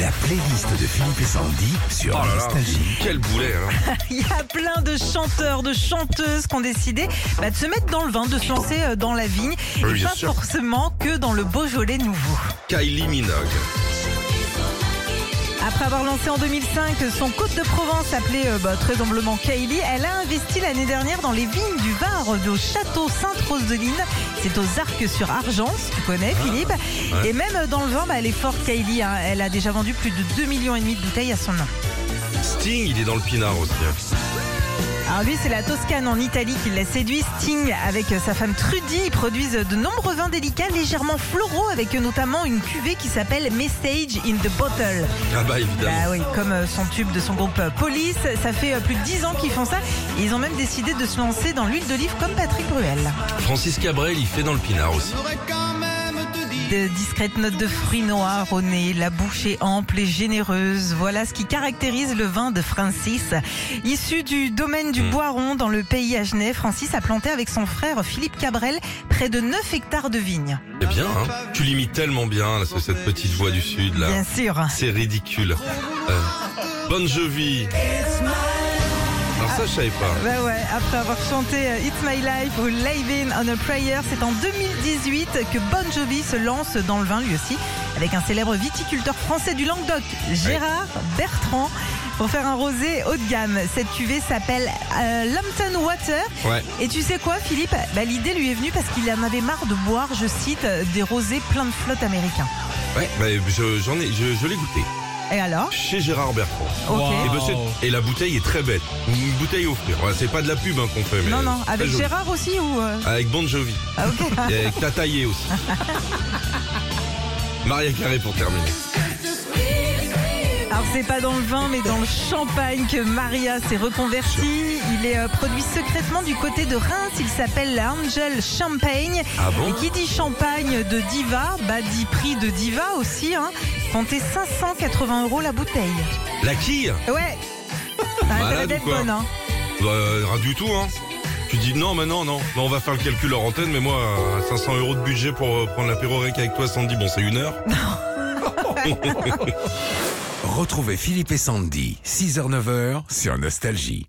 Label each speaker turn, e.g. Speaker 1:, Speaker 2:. Speaker 1: La playlist de Philippe et Sandy sur
Speaker 2: Oh là là,
Speaker 1: Nostalgie.
Speaker 2: quel boulet hein.
Speaker 3: Il y a plein de chanteurs, de chanteuses qui ont décidé bah, de se mettre dans le vin, de se lancer euh, dans la vigne,
Speaker 2: Oui,
Speaker 3: et
Speaker 2: bien
Speaker 3: pas
Speaker 2: sûr.
Speaker 3: forcément que dans le Beaujolais nouveau.
Speaker 2: Kylie Minogue.
Speaker 3: Après avoir lancé en 2005 son Côte de Provence appelé euh, bah, très humblement Kylie, elle a investi l'année dernière dans les vignes du Var euh, au château Sainte-Rose-de-Lille. C'est aux Arcs sur Argence, tu connais
Speaker 2: Ah,
Speaker 3: Philippe. Et même euh, dans le vin, bah, elle est forte Kylie. hein. Elle a déjà vendu plus de 2 millions et demi de bouteilles à son nom.
Speaker 2: Sting, il est dans le pinard aussi. hein.
Speaker 3: Alors lui, c'est la Toscane en Italie qui l'a séduit. Sting, avec euh, sa femme Trudy, ils produisent euh, de nombreux vins délicats, légèrement floraux, avec euh, notamment une cuvée qui s'appelle Message in the Bottle.
Speaker 2: Ah bah évidemment.
Speaker 3: Bah oui, comme euh, son tube de son groupe euh, Police, ça fait euh, plus de 10 ans qu'ils font ça. Et ils ont même décidé de se lancer dans l'huile d'olive comme Patrick Bruel.
Speaker 2: Francis Cabrel, il fait dans le pinard aussi.
Speaker 3: De discrètes notes de fruits noirs au nez, la bouche est ample et généreuse. Voilà ce qui caractérise le vin de Francis. Issu du domaine du Boiron dans le pays agenais, Francis a planté avec son frère Philippe Cabrel près de 9 hectares de vignes.
Speaker 2: C'est bien, hein Tu l'imites tellement bien, là, ce- cette petite voix du Sud,
Speaker 3: Bien
Speaker 2: là.
Speaker 3: sûr.
Speaker 2: C'est ridicule. Euh, bonne jevie. Alors ça, je savais pas.
Speaker 3: Bah ouais, après avoir chanté euh, It's My Life ou Live In on a Prayer, c'est en 2018 que Bon Jovi se lance dans le vin lui aussi, avec un célèbre viticulteur français du Languedoc, Gérard Bertrand, pour faire un rosé haut de gamme. Cette cuvée s'appelle euh, Lambton Water.
Speaker 2: Ouais.
Speaker 3: Et tu sais quoi, Philippe bah, L'idée lui est venue parce qu'il en avait marre de boire, je cite, euh, des rosés pleins de flotte américains.
Speaker 2: Ouais, bah, je- j'en ai, je, je l'ai goûté.
Speaker 3: Et alors
Speaker 2: Chez Gérard Bertrand.
Speaker 3: Ok.
Speaker 2: Et, ben, c'est- et la bouteille est très bête. Une bouteille au fruit. Ouais, c'est pas de la pub hein, qu'on fait, mais.
Speaker 3: Non, non,
Speaker 2: c'est
Speaker 3: avec
Speaker 2: très joli.
Speaker 3: Gérard aussi ou. euh,
Speaker 2: Avec Bon Jovi.
Speaker 3: Ah, ok.
Speaker 2: Et avec Tataillé aussi. Maria Carré pour terminer.
Speaker 3: Alors c'est pas dans le vin mais dans le champagne que Maria s'est reconvertie. Il est euh, produit secrètement du côté de Reims. Il s'appelle la Angel Champagne.
Speaker 2: Ah bon
Speaker 3: Et qui dit champagne de diva, bah dit prix de diva aussi. Hein. Comptez 580 euros la bouteille.
Speaker 2: La quille
Speaker 3: Ouais. Ah, ça va
Speaker 2: Malade ou
Speaker 3: être
Speaker 2: quoi
Speaker 3: bonne. Hein.
Speaker 2: Bah, euh, rien du tout, hein. Tu dis non, mais non, non. Non, on va faire le calcul hors antenne, mais moi, euh, 500 euros de budget pour euh, prendre l'apéro rec avec toi, Sandy, bon, c'est une heure. Oh.
Speaker 1: Retrouvez Philippe et Sandy, 6h-9h sur Nostalgie.